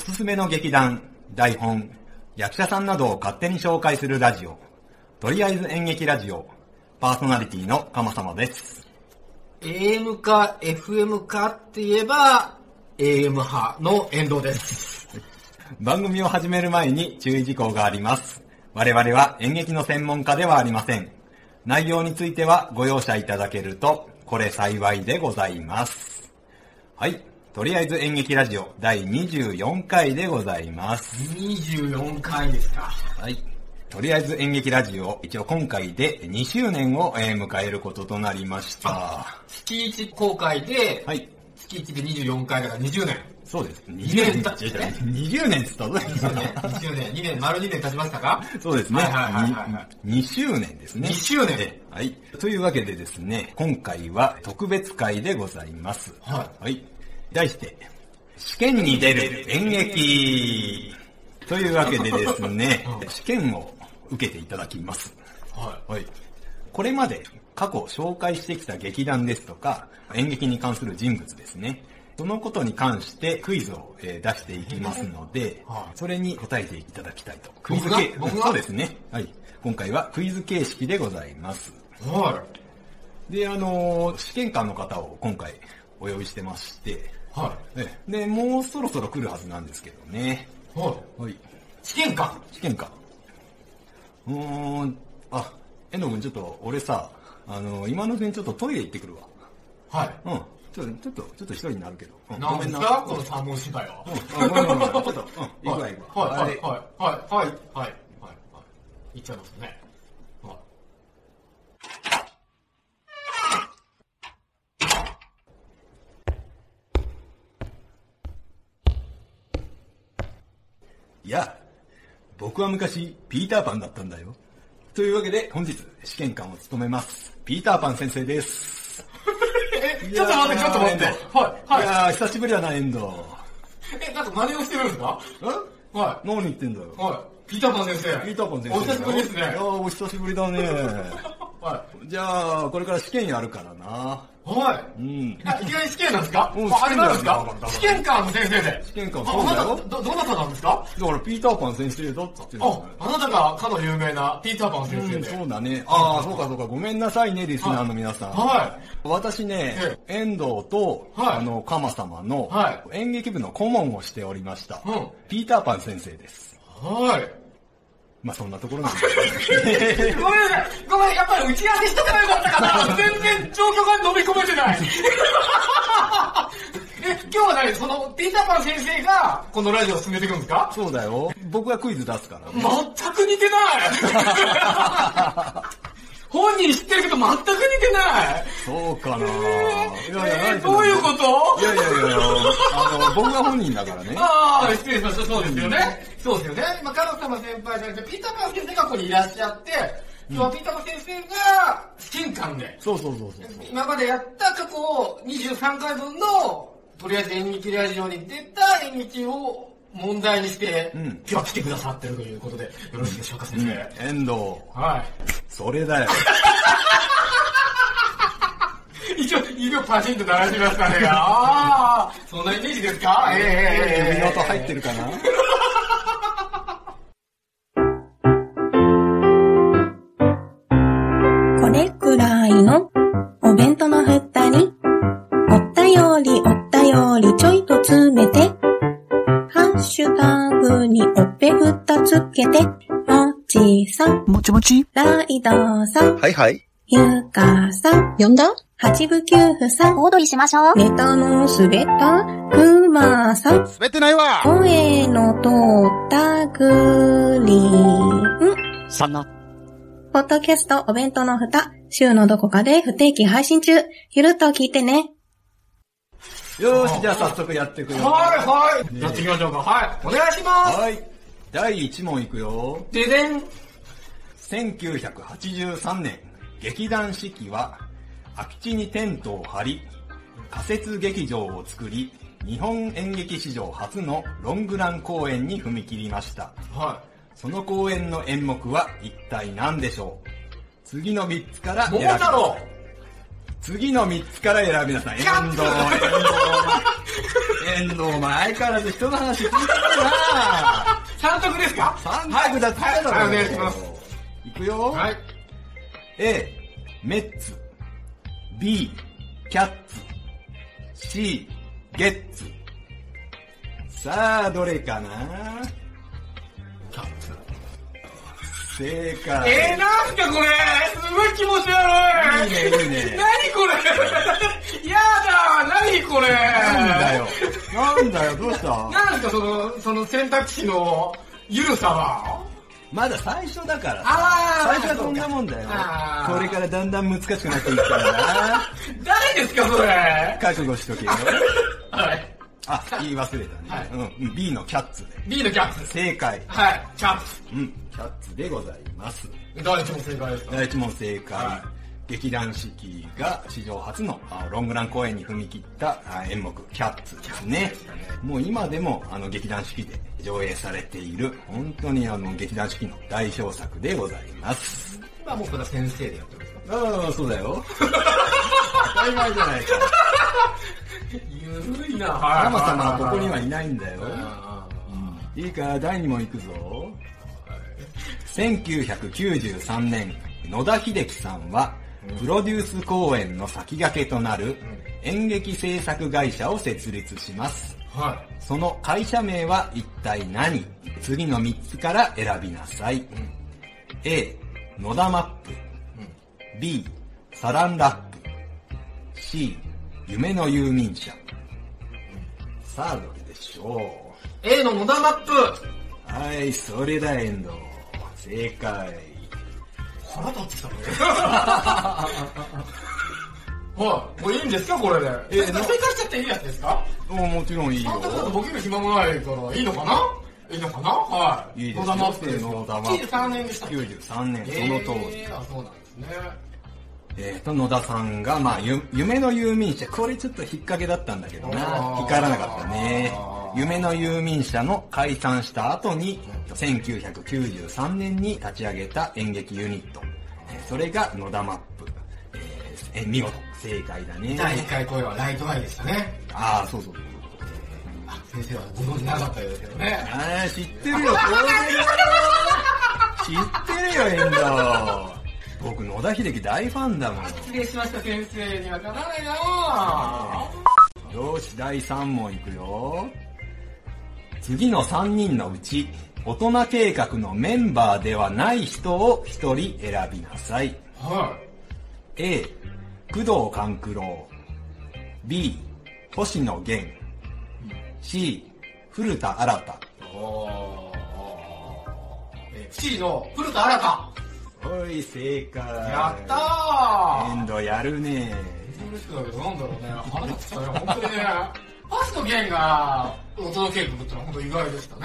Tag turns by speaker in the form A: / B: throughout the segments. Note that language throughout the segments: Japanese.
A: すすめの劇団、台本、役者さんなどを勝手に紹介するラジオ、とりあえず演劇ラジオ、パーソナリティの鎌様です。
B: AM か FM かって言えば、AM 派の遠藤です。
A: 番組を始める前に注意事項があります。我々は演劇の専門家ではありません。内容についてはご容赦いただけると、これ幸いでございます。はい。とりあえず演劇ラジオ第24回でございます。
B: 24回ですか。
A: はい。とりあえず演劇ラジオ、一応今回で2周年をえー迎えることとなりました。
B: 月1公開で、
A: はい。
B: 月1で24回だから20年。
A: そうです。20
B: 年経
A: 経
B: っ
A: ったた。20年っつったぞ、
B: 20年、20年、2年、丸2年経ちましたか
A: そうですね。
B: はいはいはいはいはい
A: に2周年ですね。
B: 2周年
A: ええはい。というわけでですね、今回は特別会でございます。。
B: はい
A: 題して、試験に出る演劇というわけでです ね、試験を受けていただきます。
B: は
A: はい。これまで過去紹介してきた劇団ですとか、演劇に関する人物ですね。そのことに関してクイズをえー出していきますので
B: は、い
A: それに答えていただきたいと。クイズ
B: 僕が
A: 形、
B: 僕が
A: そうですね。はい。今回はクイズ形式でございます。
B: い。は
A: で、あのー試験官の方を今回お呼びしてまして、
B: い。は
A: ええで、もうそろそろ来るはずなんですけどね。
B: い。はい。
A: はい。
B: 試験官。
A: 試験か。うーん、あ、遠藤君ちょっと俺さ、あの、今のうちにちょっとトイレ行ってくるわ。
B: はい。
A: うん。ちょっと、ちょっと、ちょっと一人になるけど。うん
B: なんです
A: ご
B: かこの三文芝居は。
A: めんなうんあごめんごめんごめんちょっと、うん、行くわ
B: はい
A: 行くわ。あ
B: はい
A: れ
B: はいはいはいはいはいはい。いっちゃいますね。はい。
A: いや、僕は昔、ピーターパンだったんだよ。というわけで、本日、試験官を務めます、ピーターパン先生です。
B: え、ちょっと待って、ちょっと待って。はい、
A: い
B: はい。
A: やー、久しぶりだな、遠藤。ん
B: え、なんか真似をしてるんですかは
A: 何言ってんだよ
B: い。。はい。ピーターパン先生。
A: ピーターパン先生。
B: お久しぶりですね。
A: いやー、お久しぶりだ ね。
B: は
A: じゃあ、これから試験やるからな。
B: い。は
A: う
B: い。
A: ん。
B: あ、いきなり試験なんですか
A: うん
B: ああれなんです
A: 試験官だ
B: か
A: よ
B: 試験官の先生で。
A: 試験官
B: あ
A: そうだよ
B: あなたど、どなたなんですか
A: だから、ピーターパン先生だっつってんだよ
B: あ、あなたがかの有名なピーターパン先
A: う
B: 生
A: ん、
B: で。
A: そうだね。ああ、そうかそうか。ごめんなさいね、リスナーの皆さん。。
B: はい
A: 私ね
B: え、
A: 遠藤と、
B: はい
A: あの、鎌様の
B: は、
A: 演劇部の顧問をしておりました
B: うん。
A: ピーターパン先生です。
B: はい。
A: まあ、そんなところなんですけど
B: ごめんなさい。ごめん、やっぱり打ち合わせしとけばよかったかな。全然状況が飲み込めてない。 え、今日は何その、ピーターパン先生が、このラジオを進めていくんですか
A: そうだよ。僕がクイズ出すからね。
B: 全く似て ない本人知ってるけど全く似てない
A: そうかない
B: え
A: やいや、
B: ー
A: なんて
B: どういうこと
A: いやいやいやいや、あの、僕が本人だからね。
B: ああ、失礼しました。そうですよね。そうですよね。まあ、カロ様先輩じゃなくて、ピーターパン先生がここにいらっしゃって、今日はピーターパン先生が、試験官で、
A: そうそうそうそう。
B: 今までやった過去23回分の、とりあえず演劇ラジオに出た演劇を問題にして、
A: ん
B: 今日は来てくださってるということで、よろしいでしょうか、先生。
A: 遠藤。
B: はい。
A: それだよ。
B: 一応、指をパチンと鳴らしましたね。ああ、そんなイメージですかええええええ
A: 指の音入ってるかな
C: これくらいのお弁当の蓋に、おったよりおったよりちょいと詰めて、ハッシュタグにおっぺふたつけて、もちさん、
D: もちもち
C: ライドさん、
E: はいはい。
C: ゆかさん、
F: 呼んだ
C: 八部九夫さん、
F: 大踊りしましょう。
C: ネタのすべた、くまさん、
E: 滑ってないわ
C: 声のとったぐりん。
D: さな。
C: ポッドキャストお弁当の蓋、週のどこかで不定期配信中。ゆるっと聞いてね。
A: よーし、じゃあ早速やっていくよ。
B: はいはい。やっていきましょうか。はい。お願いします。
A: はい。第1問いくよ。
B: ででん。
A: 1983年、劇団四季は、空き地にテントを張り、仮設劇場を作り、日本演劇史上初のロングラン公演に踏み切りました。
B: は
A: その公演の演目は一体何でしょう次の3つから
B: い。
A: 選び
B: 桃
A: な
B: 太
A: さ
B: 郎
A: い。次の3つから選びなさい。遠藤、遠藤、遠藤、お前相変わらず人の話聞いてるな
B: 三択ですか
A: 三択だって言っただろ。
B: はい、はいお願いします。
A: いくよ。
B: はい。
A: A、メッツ。B、キャッツ。C、ゲッツ。さあ、どれかな
B: キャッツ。
A: 正解。
B: えー、なんすかこれすごい気持ち悪い
A: いいねいいね
B: 何これやだ何これ
A: なんだよ。なんだよ、どうした
B: なんですかその、その選択肢のゆるさは
A: まだ最初だからさ
B: あー
A: 最初はこんなもんだよ
B: そうかあ。ー
A: これからだんだん難しくなっていくから な。
B: 誰ですかそれ
A: 覚悟しとけよ。
B: はい。
A: あ、言い忘れたね。
B: はい
A: うんうん、B のキャッツで。
B: B のキャッツです。
A: 正解。
B: はい、キャッツ。
A: うん、キャッツでございます。
B: 第一問正解ですか
A: 第一問正解。
B: は
A: 劇団四季が史上初のあロングラン公演に踏み切ったあ演目「キャッツ」ですねもう今でもあの劇団四季で上映されている本当にあの劇団四季の代表作でございます
B: 今もうこれ先生でやってますか
A: ああそうだよ当たり前じゃないか
B: ゆるいな
A: た
B: は
A: またまここにはいないんだよ
B: あ
A: いいか第2問いくぞ1993年野田秀樹さんはプロデュース公演の先駆けとなる演劇制作会社を設立します
B: ーは
A: その会社名は一体何次の3つから選びなさい、A 野田マップ、B サランラップ C 夢の遊民者、さあどれでしょう
B: い。A の野田マップ。
A: はい、それだ、遠藤。正解。
B: 腹立ってきたね。 はい。もういいんですかこれで。え、正解しちゃっていいやつですか
A: ももちろんいいよ
B: あん。ただとボケる暇もないから、いいのかないいのかなはい。
A: いいですよ
B: 野田マップです。
A: 野田マップ
B: 93年でしたっけ。
A: 93年、その当時。
B: えーあ、そうなんですね。
A: えっ、と、野田さんが、まあ、ゆ夢の遊民者、これちょっと引っ掛けだったんだけどな
B: あ、ー
A: 引っかからなかったね
B: あ。ー
A: 夢の遊民者の解散した後に、1993年に立ち上げた演劇ユニット。えーそれが野田マップ。えーえ見事、正解だね。
B: 第1回声はライトアイでしたね。
A: ああ、そうそうそう。
B: あ、先生はご存知なかったようですけどね。
A: あー、知って るよ、当然だよ。知ってるよ、遠藤。僕、野田秀樹大ファンだもん。
B: 失礼しました、先生にはかなわないな
A: よし、第3問いくよ。次の3人のうち、大人計画のメンバーではない人を1人選びなさい。
B: は
A: A、工藤官九郎。B、星野源。C、古田新太。
B: い。おー。えー、七時の古田新太。
A: おい、正解。
B: やった
A: 遠
B: ー
A: 藤やるね
B: 嬉しくだけど、なんだろうね。腹立つたね、本当にね。星野源が、大人計画ってのは本当意外でしたね。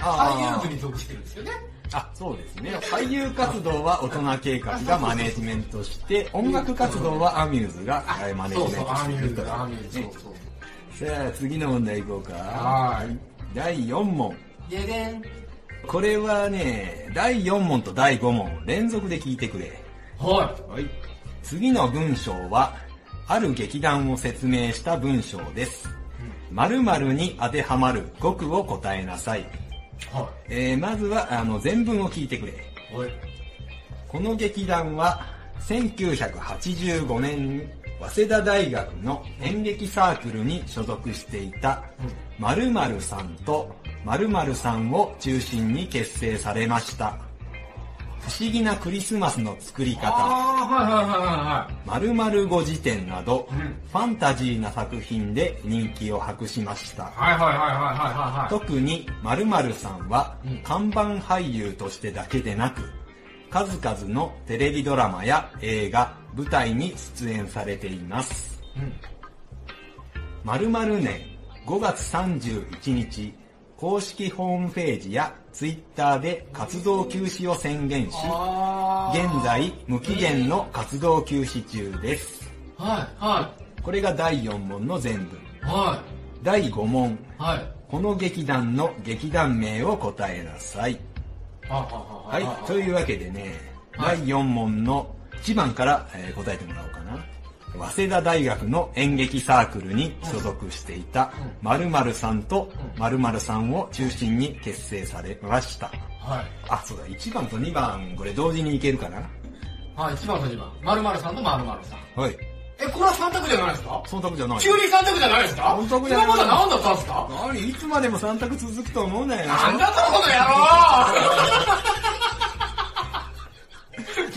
A: あー
B: 俳優部に属してるんですよね。
A: あ、そうですね。俳優活動は大人計画がマネジメントして、音楽活動はアミューズがえーマネジメン
B: そうそう、
A: ト
B: ア
A: し
B: ーミ
A: て
B: ュ
A: いる
B: ー
A: と。
B: ズ、アー
A: さ
B: ミューズ、そうそう。
A: あ、次の問題いこうか。
B: はーい。
A: 第4問。
B: ででん。
A: これはね、第4問と第5問、連続で聞いてくれ。
B: は
A: はい。次の文章は、ある劇団を説明した文章です。〇〇に当てはまる語句を答えなさい。
B: い。は
A: えーまずは、あの、全文を聞いてくれ。
B: い。はい。
A: この劇団は1985年早稲田大学の演劇サークルに所属していた〇〇さんと〇〇さんを中心に結成されました不思議なクリスマスの作り方
B: あー、はいはいはいはいはい。
A: 〇〇語辞典など
B: うん
A: ファンタジーな作品で人気を博しました
B: はいはいはいはいはいはい。
A: 特に〇〇さんは
B: うん
A: 看板俳優としてだけでなく、数々のテレビドラマや映画、舞台に出演されています。
B: うん。
A: 〇〇年5月31日、公式ホームページやツイッターで活動休止を宣言し、
B: あー。
A: 現。在無期限の活動休止中です。
B: はい、は
A: これが第4問の全文。
B: い、は
A: 第5問、
B: い、はい。
A: この劇団の劇団名を答えなさい。
B: は
A: はい、というわけでね、
B: はい
A: 第4問の1番から、えー答えてもらおうかな。早稲田大学の演劇サークルに所属していた〇〇さんと〇〇さんを中心に結成されました。
B: はい。
A: あ、そうだ、1番と2番、これ同時にいけるかな
B: はい、1番と2番。〇〇さんと〇〇さん。
A: はい。
B: え、これは3択じゃないですか
A: その択じゃない。
B: 急に3択じゃないですか
A: 三択じゃない
B: 今まで何だったんですか
A: 何いつまでも3択続くと思うなよ。
B: なんだそのこ の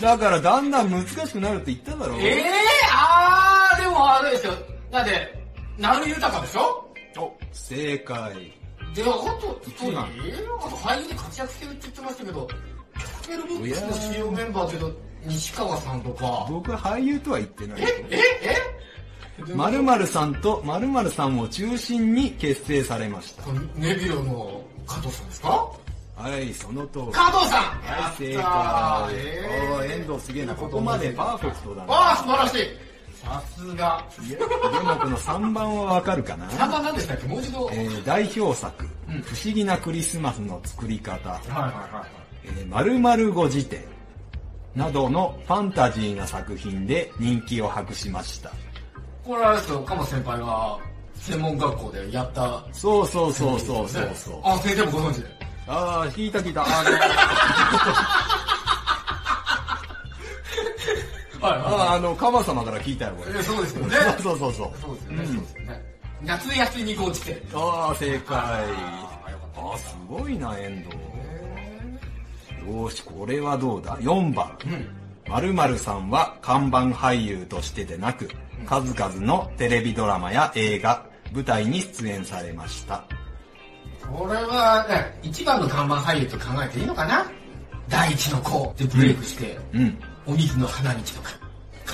A: だからだんだん難しくなるって言っただろ。
B: 野郎ええー、あー、でもあれですよ。だって、なるゆたかでしょ
A: お、正解。
B: で、あと、
A: 一番
B: あと俳優で活躍してるって言ってましたけど、キャメルブックスの主要メンバーというと、西川さんとか、
A: 僕は俳優とは言ってない。
B: ええ
A: まるまるさんとまるまるさんを中心に結成されました。
B: このネビオの加藤さんですか
A: はい、その通り。
B: 加藤さん
A: はい、正解。
B: やった
A: あ
B: ーえ
A: ー、遠藤すげえな。ここまでパーフェクトだ
B: ー、
A: な。
B: わあ素晴らしいさすが。
A: いやでもこの3番はわかるかな
B: 3番何でしたっけもう一度。
A: えー代表作、不思議なクリスマスの作り方、
B: はいはいはい。
A: えー、〇〇語辞典などのファンタジーな作品で人気を博しました。
B: これあれですよ、鎌先輩が専門学校でやった。
A: そうそうそうそうそうそう。
B: あ、先生もご存知で。
A: ああ、聞いた聞いた。あの、
B: はい
A: あーあの、カバ様から聞いたよ、これ。
B: いやそうですよね
A: そうそうそうそ。
B: そううですよね、そうですよね。夏休みにこう来て。
A: ああ、正解。あ
B: あ、よかっ
A: あ、すごいな、遠藤。よーし、これはどうだ ?4 番。〇〇さんは看板俳優としてでなく、数々のテレビドラマや映画、舞台に出演されました。
B: た。これは、ね、一番の看板俳優と考えていいのかな第一の子でブレイクして、
A: うん。
B: お水の花道とか、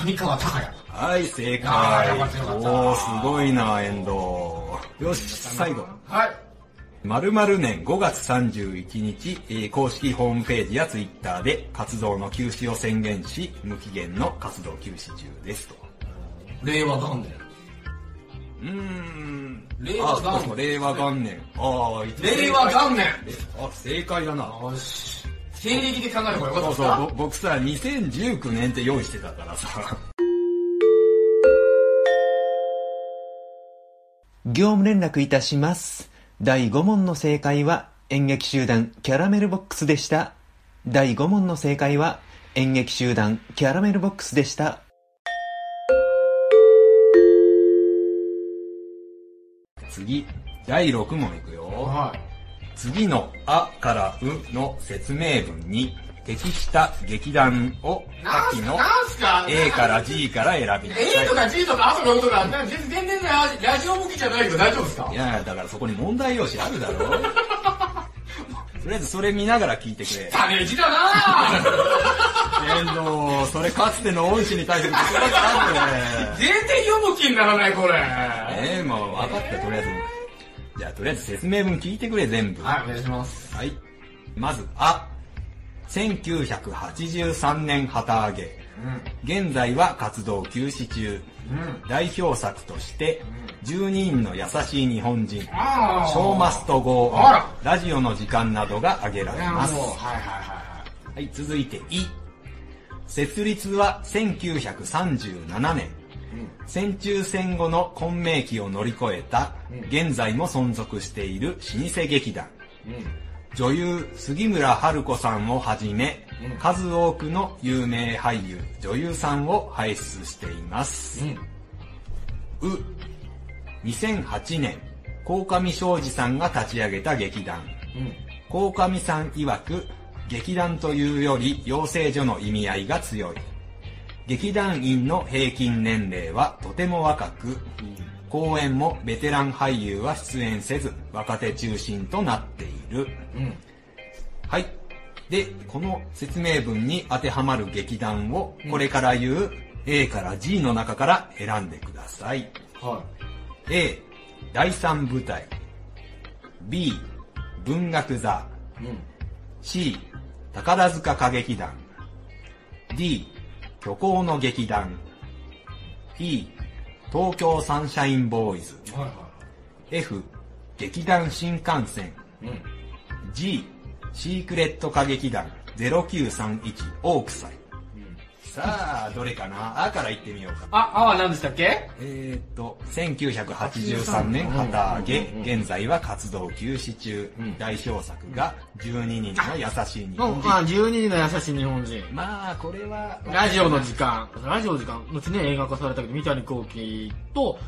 B: 上川隆也。
A: はい、正解。
B: あーよかったよかった
A: おー、すごいな、遠藤。よし、最後。
B: はい。
A: 〇〇年5月31日、えー公式ホームページやツイッターで活動の休止を宣言し、無期限の活動休止中ですと。
B: 令和元年。
A: うーん。
B: 令和元年
A: あそうそう令和元年。ああ、いつ
B: 令和元年。
A: あ、正解だな。
B: よし。西暦で考える方がよかった
A: そ
B: で
A: う
B: す
A: そう、
B: か
A: ぼ僕さ、2019年って用意してたからさ。
D: 業務連絡いたします。第5問の正解は演劇集団キャラメルボックスでした。第5問の正解は演劇集団キャラメルボックスでした。
A: 次、第6問いくよ。
B: はい。
A: 次のあからうの説明文に適した劇団を
B: な
A: 下
B: ん
A: 記
B: す
A: の
B: なんすか
A: A から G から選びなさい。
B: A とか G とか、あと6とか、なんか全然ねラジラジオ向きじゃないけど大丈夫ですか
A: いやだからそこに問題用紙あるだろ とりあえずそれ見ながら聞いてくれ。
B: 種字だなぁ
A: 遠藤、それかつての恩師に対する口だったんで。
B: 全然読む気にならない、これ。
A: ええもう分かった、とりあえず。じゃあとりあえず説明文聞いてくれ、全部。
B: はい、お願いします。
A: はい。まず、あ。1983年旗揚げ。現在は活動休止中。代表作として、12人の優しい日本人、シ
B: あー
A: ョーマスト号
B: あら、
A: ラジオの時間などが挙げら
B: い
A: れ
B: や、もう、
A: ま
B: はい
A: す。
B: はいは
A: はい、続いて、い。設立は1937年。戦中戦後の混迷期を乗り越えた、現在も存続している老舗劇団。女優、杉村春子さんをはじめ、数多くの有名俳優、女優さんを輩出しています。う。2008年、鴻上庄司さんが立ち上げた劇団。鴻上さん曰く、劇団というより養成所の意味合いが強い。劇団員の平均年齢はとても若く、公演もベテラン俳優は出演せず、若手中心となっている。はい。で、この説明文に当てはまる劇団を、これから言う A から G の中から選んでください。
B: いはい。は
A: A、第三舞台。B、文学座。
B: い。うん。
A: C、宝塚歌劇団。D、虚構の劇団。E、東京サンシャインボーイズ。
B: はいは
A: F、劇団新幹線。
B: い。うん。
A: G、シークレット歌劇団0931オークサイ。さあ、どれかなあから言ってみようか。
B: あ、あは何でしたっけ
A: えーっと、1983年旗揚げ、現在は活動休止中、代表作が12人の優しい日本人。
B: あ、12人の優しい日本人。
A: まあ、これは、
B: ラジオの時間。ラジオの時間。後に映画化されたけど、三谷幸喜と、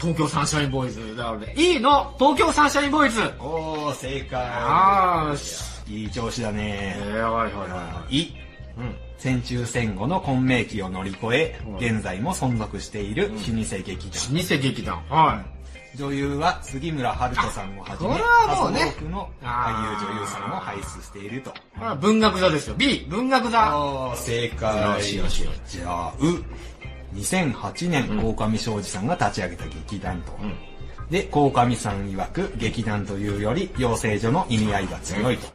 B: 東京サンシャインボーイズだので、E の東京サンシャインボーイズ。
A: おー、正解。
B: あーし。
A: いい調子だね
B: え。ー、はいはいはい。
A: い、戦中戦後の混迷期を乗り越え、現在も存続している老舗劇団。
B: 老舗劇団。はい。
A: 女優は杉村春人さんをはじめ、
B: あこれはもうね
A: 数多くの俳優女優さんを輩出していると。
B: あ文学座ですよ。B、文学座。
A: あー正
B: よ
A: 解。
B: しよしよし
A: じゃあ、う。2008年、狼庄司さんが立ち上げた劇団と。で、鴻上さん曰く、劇団というより、養成所の意味合いが強いと。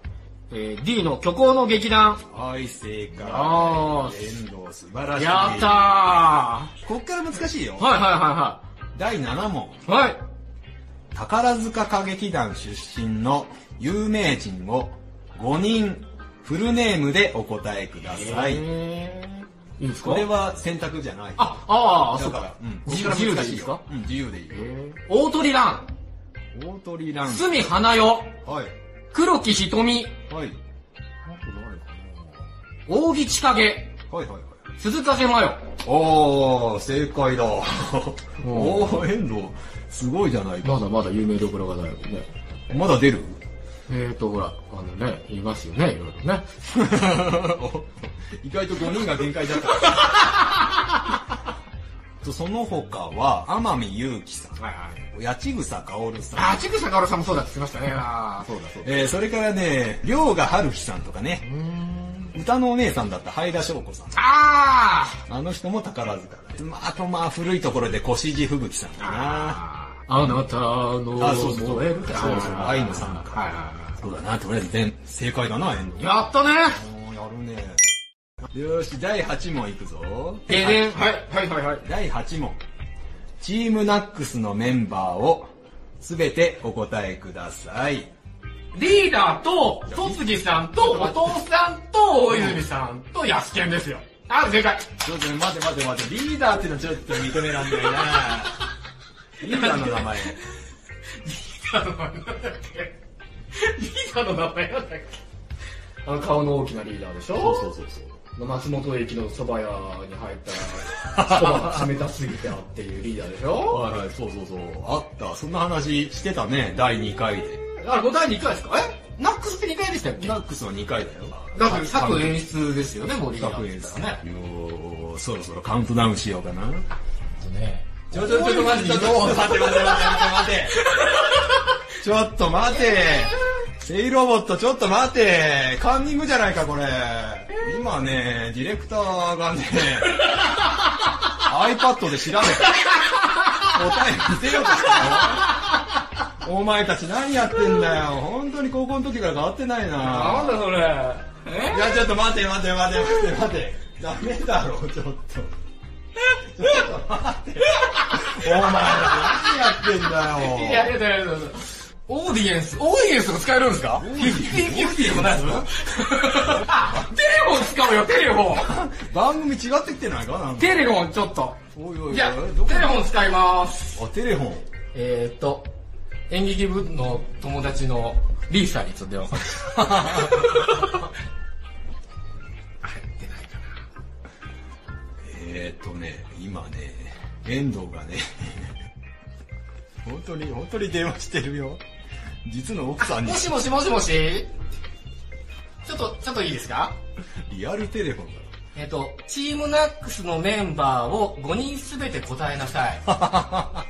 B: えー、D の虚構の劇団。
A: はい、正解。
B: あー
A: 遠藤、素晴らしい。
B: やったー。は
A: こっから難しいよ
B: い。はいは
A: 第7問。
B: いはい。はい。
A: 宝塚歌劇団出身の有名人を5人フルネームでお答えください。
B: えーいいんですか
A: これは選択じゃない。
B: あ、ああ、
A: だ
B: そう
A: から
B: か、。
A: うん、
B: 自
A: こっ
B: 自
A: から
B: 由
A: 難
B: で
A: し
B: いいですか
A: うん、自由でいいよ。
B: 大鳥蘭、
A: 大鳥ラン。
B: 隅花代、
A: はい。
B: 黒木瞳、
A: はい。
B: 扇千景、
A: はいはいはい。
B: 鈴風真代。
A: おー、正解だ。
B: お
A: おー、遠藤、すごいじゃないか。
B: まだまだ有名どころがないもんね。
A: まだ 出る
B: えーと、ほら、あのね、いますよね、いろいろね。
A: 意外と5人が限界だった。 とその他は、天海祐希さん。
B: はいはい。
A: 八草薫さん。
B: あ、ちぐさかおるさんもそうだって言ってましたね。あーそうだそうだ。
A: えー、それからね、涼が春日さんとかね、歌のお姉さんだったハイダ翔子さん。
B: あ
A: あの人も宝塚だね。まあ、あとまあ古いところで越路吹雪さんかな。
B: ああなたの
A: あそうそう
B: 燃えるって
A: そうそう
B: あー
A: 愛の参加
B: はいは
A: そうだな、とりあえず全正解だな、遠
B: い
A: 藤。
B: やったね
A: もうやるね。よーし、第8問いくぞ。
B: ででん、はい、はいはいはい。
A: 第8問。チームナックスのメンバーをすべてお答えください。
B: リーダーと、戸次さんと、お父さんと、大泉さんと、ヤスケンですよ。あ、正解。
A: ちょっと待て待て待て、リーダーってのはちょっと認めらん ないなリーダーの名前。
B: リーダーの名前なんだっけリーダーの名前なんだっけあの顔の大きなリーダーでしょそうそうそうそう。松本駅の蕎麦屋に入ったら、蕎麦が冷たすぎてあっていうリーダーでしょ
A: はいはい、そうそうそう。あった。そんな話してたね、第2回で。
B: あれ、これ第2回ですかえナックスって2回でしたっけ
A: ナックスは2回だよ。
B: だから、各演出ですよね、もうリーダー
A: 各
B: で
A: 演
B: す
A: 出
B: からね。
A: ね。よーそろそろカウントダウンしようかな。
B: ね
A: ちょちょちょちょ待って、ちょっと待って待って待って待って。ちょっと待て。セイロボットちょっと待て。カンニングじゃないかこれ。今ね、ディレクターがね、iPad で調べた。答え見せようとしたよ。お前たち何やってんだよ。本当に高校の時から変わってない
B: なん
A: な。
B: だそれ。え
A: いや、ちょっと待て待て待て待て待て。ダメだろ、ちょっと。ちょっと待って。お前ら何やってんだよ。
B: いやいやいやいやいやオーディエンス、オーディエンスが使えるんですかフィフティフィフティとかないですかあテレフォン使うよ、テレフォン。
A: 番組違ってきてないかなんか
B: テレフォンちょっと。
A: おいおいおい
B: いや
A: ど、こ
B: テレフォン使います。
A: あ、テレフォン。
B: えーっと、演劇部の友達のリーサにちょっと電話かけて
A: えー、っとね、今ね、遠藤がね、本当に、本当に電話してるよ。実の奥さんに
B: も、しもしもしもしちょっと、ちょっといいですか
A: リアルテレフォンだ
B: えっと、チームナックスのメンバーを5人すべて答えなさい。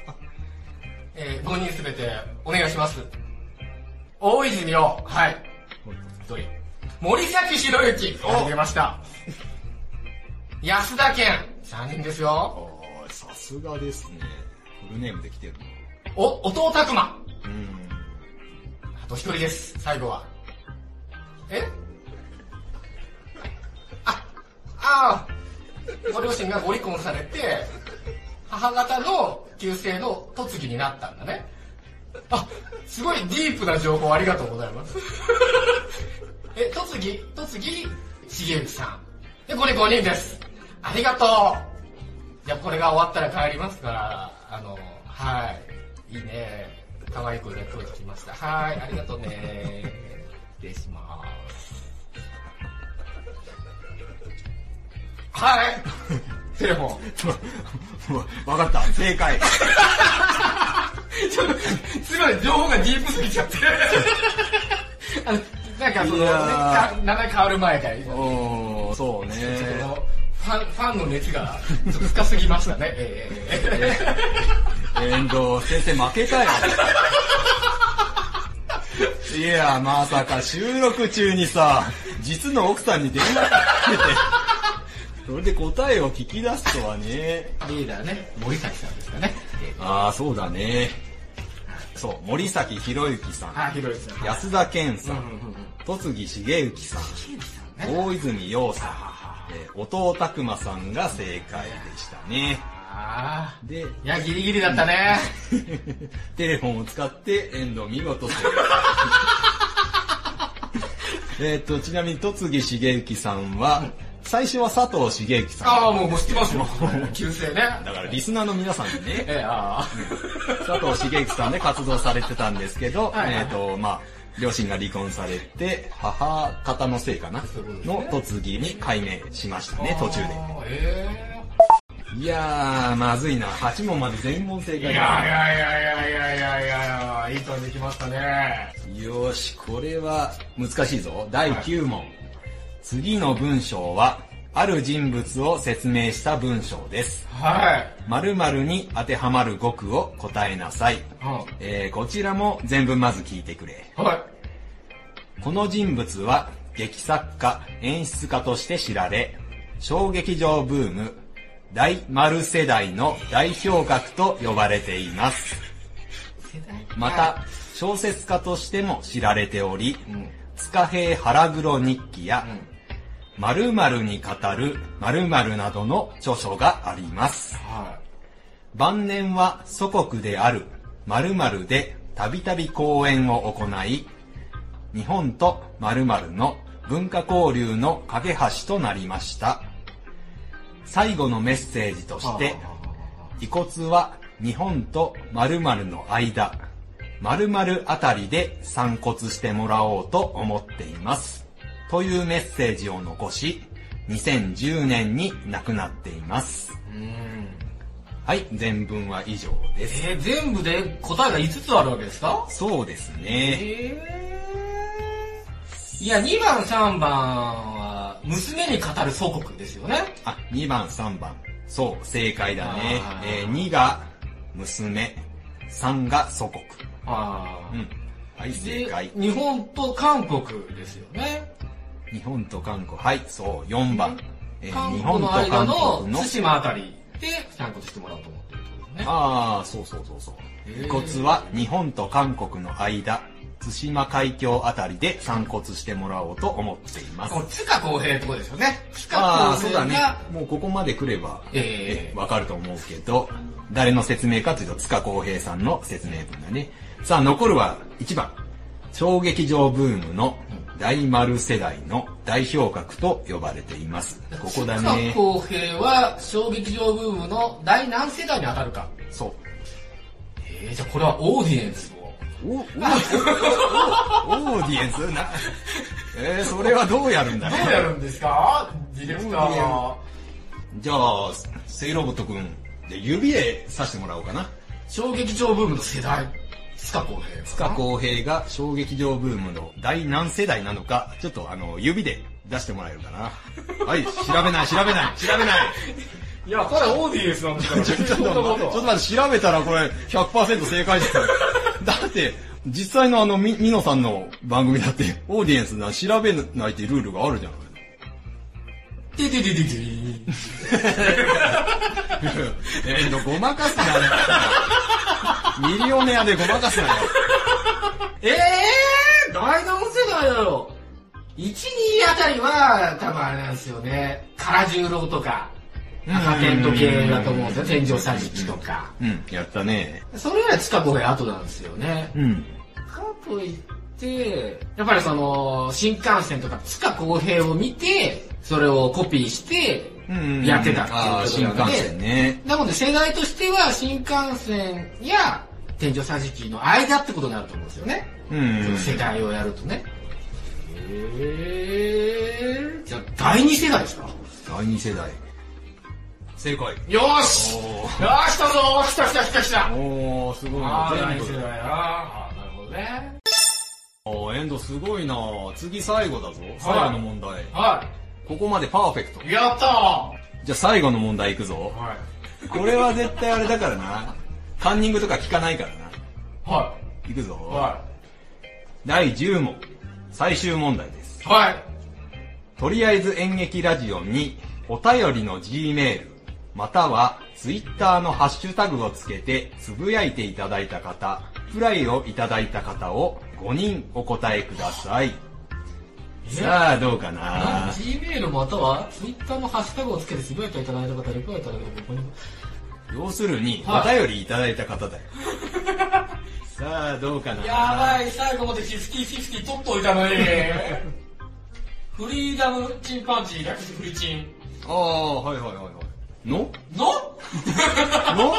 B: えー、5人すべてお願いします。大泉洋、はい。一人。森崎博之、お、出ました。安田健、3人ですよ。
A: ろ。あー、さすがですね。フルネームで来てるの。
B: お、音尾拓馬、
A: うーん。
B: あと一人です、最後は。えあ、ああ、ご両親がご離婚されて、母方の旧姓の嫁ぎになったんだね。あ、すごいディープな情報ありがとうございます。え、嫁ぎ、嫁ぎ、重内さん。で、これ5人です。ありがとうじゃあこれが終わったら帰りますから、あの、はい。いいね。可愛い声が聞こえてきました。はい、ありがとうね。失礼します。はいテレフォン。
A: わかった。正解。
B: ちょっと、すごい、情報がディープすぎちゃって。あの、なんかその、
A: い
B: ね、
A: や
B: か
A: ー
B: 名前変わる前から、
A: おー、そうね。
B: ちょっとそのファン、ファンの熱が、ちょっと深すぎましたね。えええええ
A: 遠藤先生負けたよ。いや、まさか収録中にさ、実の奥さんに電話かけて、それで答えを聞き出すとはね。
B: えリーダーね、森崎さんですかね。
A: ああ、そうだね。そう、森崎博之さん、
B: あ、広いですね。
A: 安田健さ
B: うんうん
A: ん、
B: うんうん。
A: 戸次重幸さん、
B: ね
A: 大泉洋さん、えー音尾拓磨さんが正解でしたね。
B: ああ。
A: で、
B: いや、ギリギリだったね。
A: テレフォンを使って遠藤見事正 解。えっと、ちなみに戸次重幸さんは、最初は佐藤茂幸さん。
B: ああ、もう、もう知ってますよ。旧姓ね。
A: だからリスナーの皆さんにね、
B: ええ、ああ。
A: 佐藤茂之さんで活動されてたんですけど、
B: はいはい
A: えっ、と、まあ、両親が離婚されて、母方のせいかな、
B: そういうことですね
A: の嫁ぎに改名しましたね、途中で。
B: あー。ええ。
A: いやー、まずいな。8問まで全問正
B: いや
A: 解
B: いやいやいやいやいやいや、いいとこできましたね。
A: よし、これは難しいぞ。第9問。次の文章は、ある人物を説明した文章です。
B: はい。
A: 〇〇に当てはまる語句を答えなさい。
B: う
A: えー、こちらも全文まず聞いてくれ。
B: ん。はい。
A: この人物は劇作家、演出家として知られ、小劇場ブーム、大丸世代の代表格と呼ばれています。また、小説家としても知られており、塚平腹黒日記や、〇〇に語る〇〇などの著書があります。
B: は
A: 晩年は祖国である〇〇でたびたび講演を行い、日本と〇〇の文化交流の架け橋となりました。最後のメッセージと
B: い。
A: して、
B: は
A: 遺骨は日本と〇〇の間、〇〇あたりで散骨してもらおうと思っています。というメッセージを残し、2010年に亡くなっています。
B: あうん。
A: はい、全文は以上です。
B: えー、全部で答えが5つあるわけですか
A: そうですね。
B: えー。いや、2番、3番は、娘に語る祖国ですよね。
A: あ、2番、3番。そう、正解だね
B: あ。ー
A: えー、2が娘、3が祖国。
B: あ
A: うん。はい、正
B: で
A: 解、。
B: 日本と韓国ですよね。
A: 日本と韓国。はい、そう、4番。えー
B: 韓
A: 日
B: 国
A: 本と
B: の間
A: 韓
B: の
A: 国の
B: 対。馬あたりで散骨してもらおうと思ってるってことですね。
A: ああ、そうそうそうそう。
B: へー
A: 遺骨は日本と韓国の間、対馬海峡あたりで散骨してもらおうと思っています
B: こ。の塚公平ってことですよね。
A: あ
B: 塚
A: あ、
B: 公
A: そう
B: 平
A: だね
B: が、。
A: もうここまで来れば、
B: ええ
A: えわかると思うけど、誰の説明かというと、塚公平さんの説明文だね。さあ、残るは1番。小劇場ブームの大丸世代の代表格と呼ばれています。ここだね
B: 塚。公平は小劇場ブームの第何世代に当たるか。
A: そう。
B: えー、じゃあこれはオーディエンスを。
A: お、お、お、おオーディエンスな。えー、それはどうやるんだ
B: ど
A: ね。
B: うやるんですかディレクターは。
A: じゃあ、セイロボットくん、じゃあ指で刺してもらおうかな。
B: 小劇場ブームの世代。塚公平。
A: 塚公平が衝撃場ブームの第何世代なのか、ちょっとあの、指で出してもらえるかな。はい、調べない、調べない、調べない。
B: いや、これオーディエンスなんですから。
A: ちょちょっと待って、ちょっと待って調べたらこれ100%正解ですよ。だって、実際のあの、み、みのさんの番組だって、オーディエンスな、調べないっていうルールがあるじゃない。
B: ててててて
A: えー、ごまかすなよ。ミリオネアでごまかす なよ。
B: えー、第何世代だろう ?1、2あたりは、多分あれなんですよね。唐十郎とか、赤テント系だと思うんですよ。天井桟敷とか。
A: うん、やったね。
B: それよりは塚公平後なんですよね。
A: うん。
B: かといって、やっぱりその、新幹線とか塚公平を見て、それをコピーして、
A: うん
B: やってたって
A: ああ、
B: い
A: 新
B: うことな
A: 幹
B: ので、
A: 線ね。
B: なので世代としては新幹線や天井桟敷の間ってことになると思うんですよね。
A: うん
B: その世代をやるとね。へえ。じゃあ第二世代ですか
A: 第二世代。正解。
B: よーしよーし来たぞー来た来た来た来た
A: おー、すごい
B: あ
A: な
B: あ、。第
A: 全
B: 二
A: 部
B: 世代ああ、なるほどね。
A: おー、エンドすごいな。次最後だぞ。最後の問題。
B: は
A: ここまでパーフェクト。
B: い。やったーは
A: じゃあ最後の問題いくぞ。
B: い。
A: これは絶対あれだからな。カンニングとか聞かないからな。
B: はい
A: くぞ。
B: い。は
A: 第10問。最終問題です。
B: い。はい。
A: とりあえず演劇ラジオにお便りの G メールまたは Twitter のハッシュタグをつけてつぶやいていただいた方プライをいただいた方を5人お答えくださいさあどうかな
B: Gmail または Twitter のハッシュタグをつけてつぶやいていただいた方、リプライいただければここに。
A: 要するにお
B: はい
A: 便りいただいた方だよさあどうかな
B: やばい、最後までフィフティフィフティ取っといたのに。フリーダムチンパンジー、略してフリチン。
A: ああはいはいはいはいの
B: の
A: の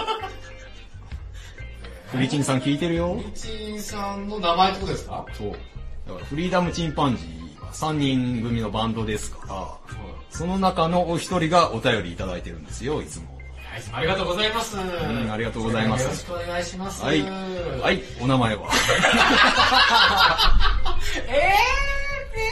A: フリチンさん聞いてるよ
B: フリチンさんの名前ってことですか
A: そう。だからフリーダムチンパンジーは3人組のバンドですから、その中のお一人がお便りいただいてるんですよ、いつも。
B: はい、いつもありがとうございます。
A: んありがとうございます
B: よろしくお願いします。
A: はい。は
B: はい。
A: い、お名 前は。
B: えー、全然、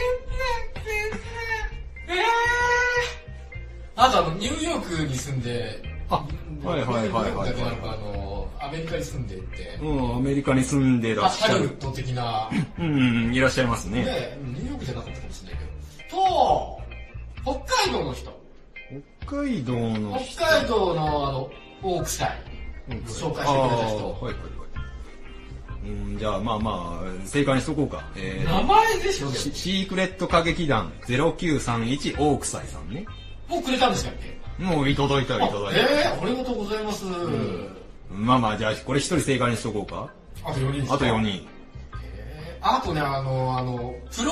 B: 全然。えー。あとあの、ニューヨークに住んで、
A: あはいはいはいはい
B: ニューヨークだけなんかあの、アメリカに住んでって、
A: うん、アメリカに住んでら
B: まあ
A: っし
B: ハ
A: ゃ
B: リウ
A: る。
B: ッド的な、
A: うん、いらっしゃいますね。
B: ね、ニューヨークじゃなかったかもしれないけど。と、北海道の人。
A: 北海道の人。
B: 北海道のあの、大草紹介してくれた人
A: あーはいはいはい。うん、じゃあまあまあ、正解にしとこうか。え
B: 名前でしょ
A: ー、シシークレット歌劇団0931大草井さんね。
B: もうくれたんでしたっけ
A: もういただいた
B: あ
A: らいただいた。
B: えー、ありがとうございます。
A: まあまあ、じゃあこれ一人正解にしとこうか。
B: あと4人ですか
A: あと4。人。
B: えーあとね、あの、あの、プロ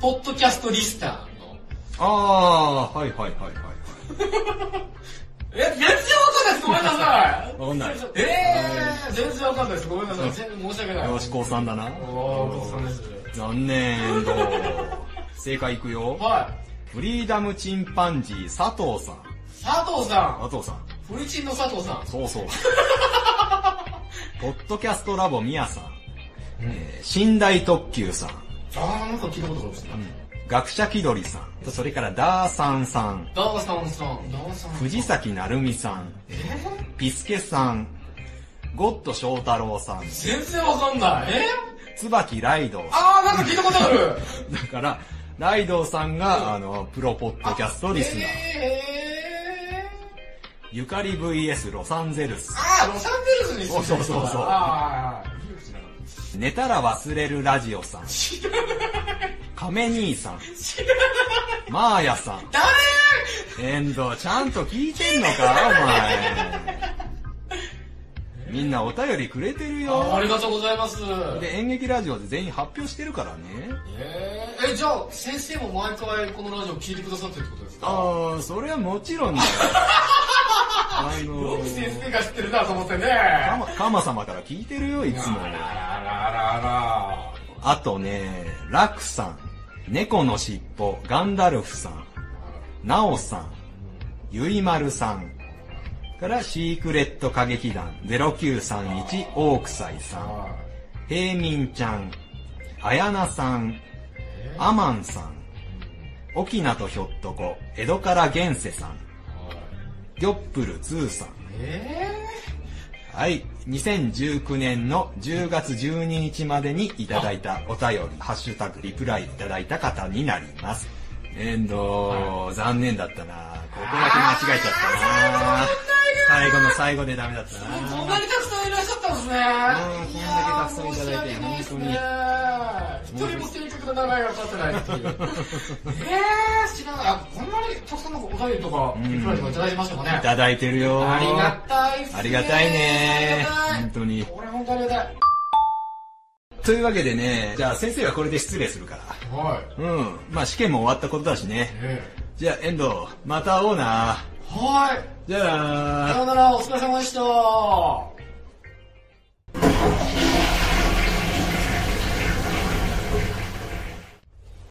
B: ポッドキャストリスターの、
A: ああ、はいはいはいはいはい。
B: え、全然わかんないです。ごめんなさい。
A: わかんない
B: えー、全然わかんないです。ごめんなさい。全申し訳ない。
A: よし、高3だな。
B: おー、ごちそうさまです。
A: 残念だ。正解いくよ。
B: はい。
A: フリーダムチンパンジー佐藤さん。
B: 佐藤さん。
A: 佐藤さん。
B: フリチンの佐藤さん。
A: そうそう。ポッドキャストラボミヤさん。えー寝台特急さん。
B: あー、なんか聞いたことあるんですね。
A: 学者気取りさん。それからダーさんさん。
B: ダーさんさん。ダーさん。
A: 藤崎なるみさん。ピスケさん。ゴッド翔太郎さん。
B: 全然わかんない。え
A: 椿ライドウさん。
B: あー、なんか聞いたことある。
A: だから、ライドウさんが、あの、プロポッドキャストリスナー。
B: えー
A: ゆかり VS ロサンゼルス。
B: あー、ロサンゼルスに住んでる人だ
A: そうそうそう
B: あー、ニューヨークじゃなかった
A: 寝たら忘れるラジオさん。亀兄さん。マーヤさん。
B: 誰
A: 遠藤、ちゃんと聞いてんのかお前。みんなお便りくれてる
B: ああ
A: よ。
B: りがとうございます。
A: で、演劇ラジオで全員発表してるからね。
B: えーえ、じゃあ、先生も毎回このラジオ聞いてくださってるってことですか
A: ああ、それはもちろんだよ。あの
B: よく先生が知ってるなと思ってね。
A: カマ、カマ様から聞いてるよ、いつも。
B: あららら。
A: あとね、ラクさん、猫のしっぽ、ガンダルフさん、ナオさん、ゆいまるさん、からシークレット歌劇団0931大草井さん、平民ちゃん、あやなさん、アマンさん、沖縄とひょっとこ、江戸から現世さん、ギョップルツーさん、
B: え
A: はい。2019年の10月12日までにいただいたお便り、ハッシュタグ、リプライいただいた方になります。えんど、残念だったな。ここだけ間違えちゃったな。最後の最後でダメだった
B: ー、
A: な。
B: こんなにたくさんいらっしゃったんですね。
A: うんこんだけたくさんいただいて
B: やー申し訳ないですね。一人も正確な名前が立ってないっていう。えー、知らない。あこんなにたくさんのお便りとか、リプライとかいただきましたかね。
A: いただいてるよ。
B: ありがたいっすね
A: ありがたいね
B: ありがたい
A: 本当に
B: これ本当ありがたい。
A: というわけでね、じゃあ先生はこれで失礼するから。
B: はい。
A: うん。まあ試験も終わったことだしね。
B: え
A: じゃあ、遠藤、また会おうな。
B: はい。
A: じゃあ
B: さようなら、お疲れ様でした。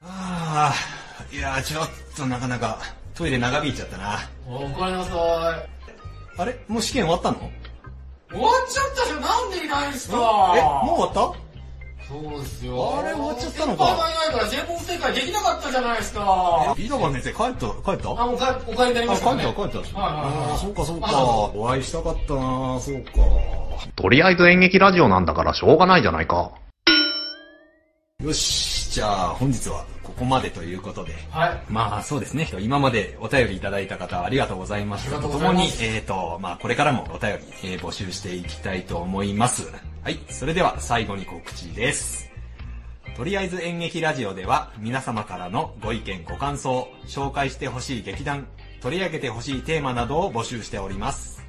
A: ああ、いやー、ちょっとなかなかトイレ長引いちゃったな。
B: おかえりなさい。
A: あれもう試験終わったの
B: 終わっちゃったじゃん、なんでいないんすか
A: え、もう終わっ
B: そうですよ。
A: あれ終わっちゃったのか
B: 先輩がいないから j ポン正解できなかったじゃないですか。
A: た稲葉先生、帰った帰った
B: あ、もう帰お帰りになりましたね。
A: あ、帰った帰った。
B: はいはいはい
A: あーそうかそう
B: あ
A: か。お会いしたかったなそうか。
E: とりあえず演劇ラジオなんだからしょうがないじゃないか。
A: よし、じゃあ本日はここまでということで。
B: はい。
A: まあそうですね。今までお便りいただいた方ありがとうございました。
B: あ
A: と
B: りが
A: と
B: とうござ
A: も
B: いま
A: に
B: す、
A: えっ、と、まあこれからもお便り、えー募集していきたいと思います。はい。それでは最後に告知です。とりあえず演劇ラジオでは皆様からのご意見ご感想、紹介してほしい劇団、取り上げてほしいテーマなどを募集しております。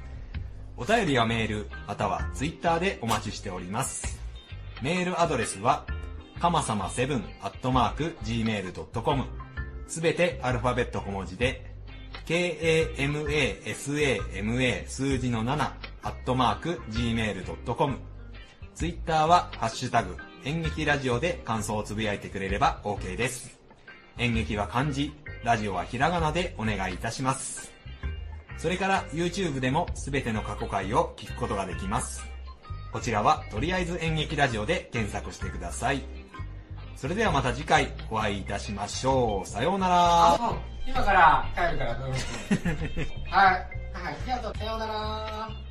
A: お便りはメール、またはツイッターでお待ちしております。メールアドレスは、かまさま7アットマーク gmail.com すべてアルファベット小文字で、k-a-m-a-s-a-m-a 数字の7アットマーク gmail.com ツイッターは、ハッシュタグ、演劇ラジオで感想をつぶやいてくれれば OK です。演劇は漢字、ラジオはひらがなでお願いいたします。それから YouTube でもすべての過去回を聞くことができます。こちらはとりあえず演劇ラジオで検索してください。それではまた次回お会いいたしましょう。さようなら。
F: あ今から帰るから、はい。はい、ありがとう。さようなら。